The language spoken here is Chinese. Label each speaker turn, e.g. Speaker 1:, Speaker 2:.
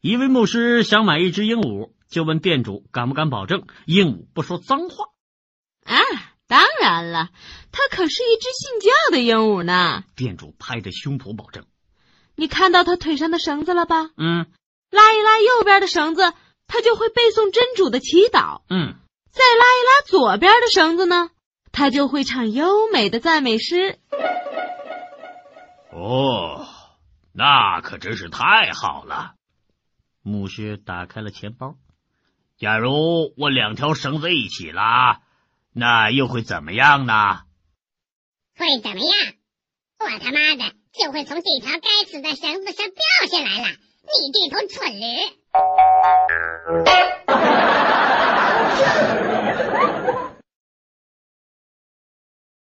Speaker 1: 一位牧师想买一只鹦鹉，就问店主敢不敢保证鹦鹉不说脏话。
Speaker 2: 啊，当然了，它可是一只信教的鹦鹉呢。
Speaker 1: 店主拍着胸脯保证
Speaker 2: 你看到它腿上的绳子了吧？：“
Speaker 1: 嗯
Speaker 2: 拉一拉右边的绳子，它就会背诵真主的祈祷；
Speaker 1: 嗯，
Speaker 2: 再拉一拉左边的绳子呢，它就会唱优美的赞美诗。
Speaker 1: 哦，那可真是太好了。”牧师打开了钱包，假如我两条绳子一起拉，那又会怎么样呢？
Speaker 3: 会怎么样？我他妈的就会从这条该死的绳子上掉下来了！你这头蠢驴！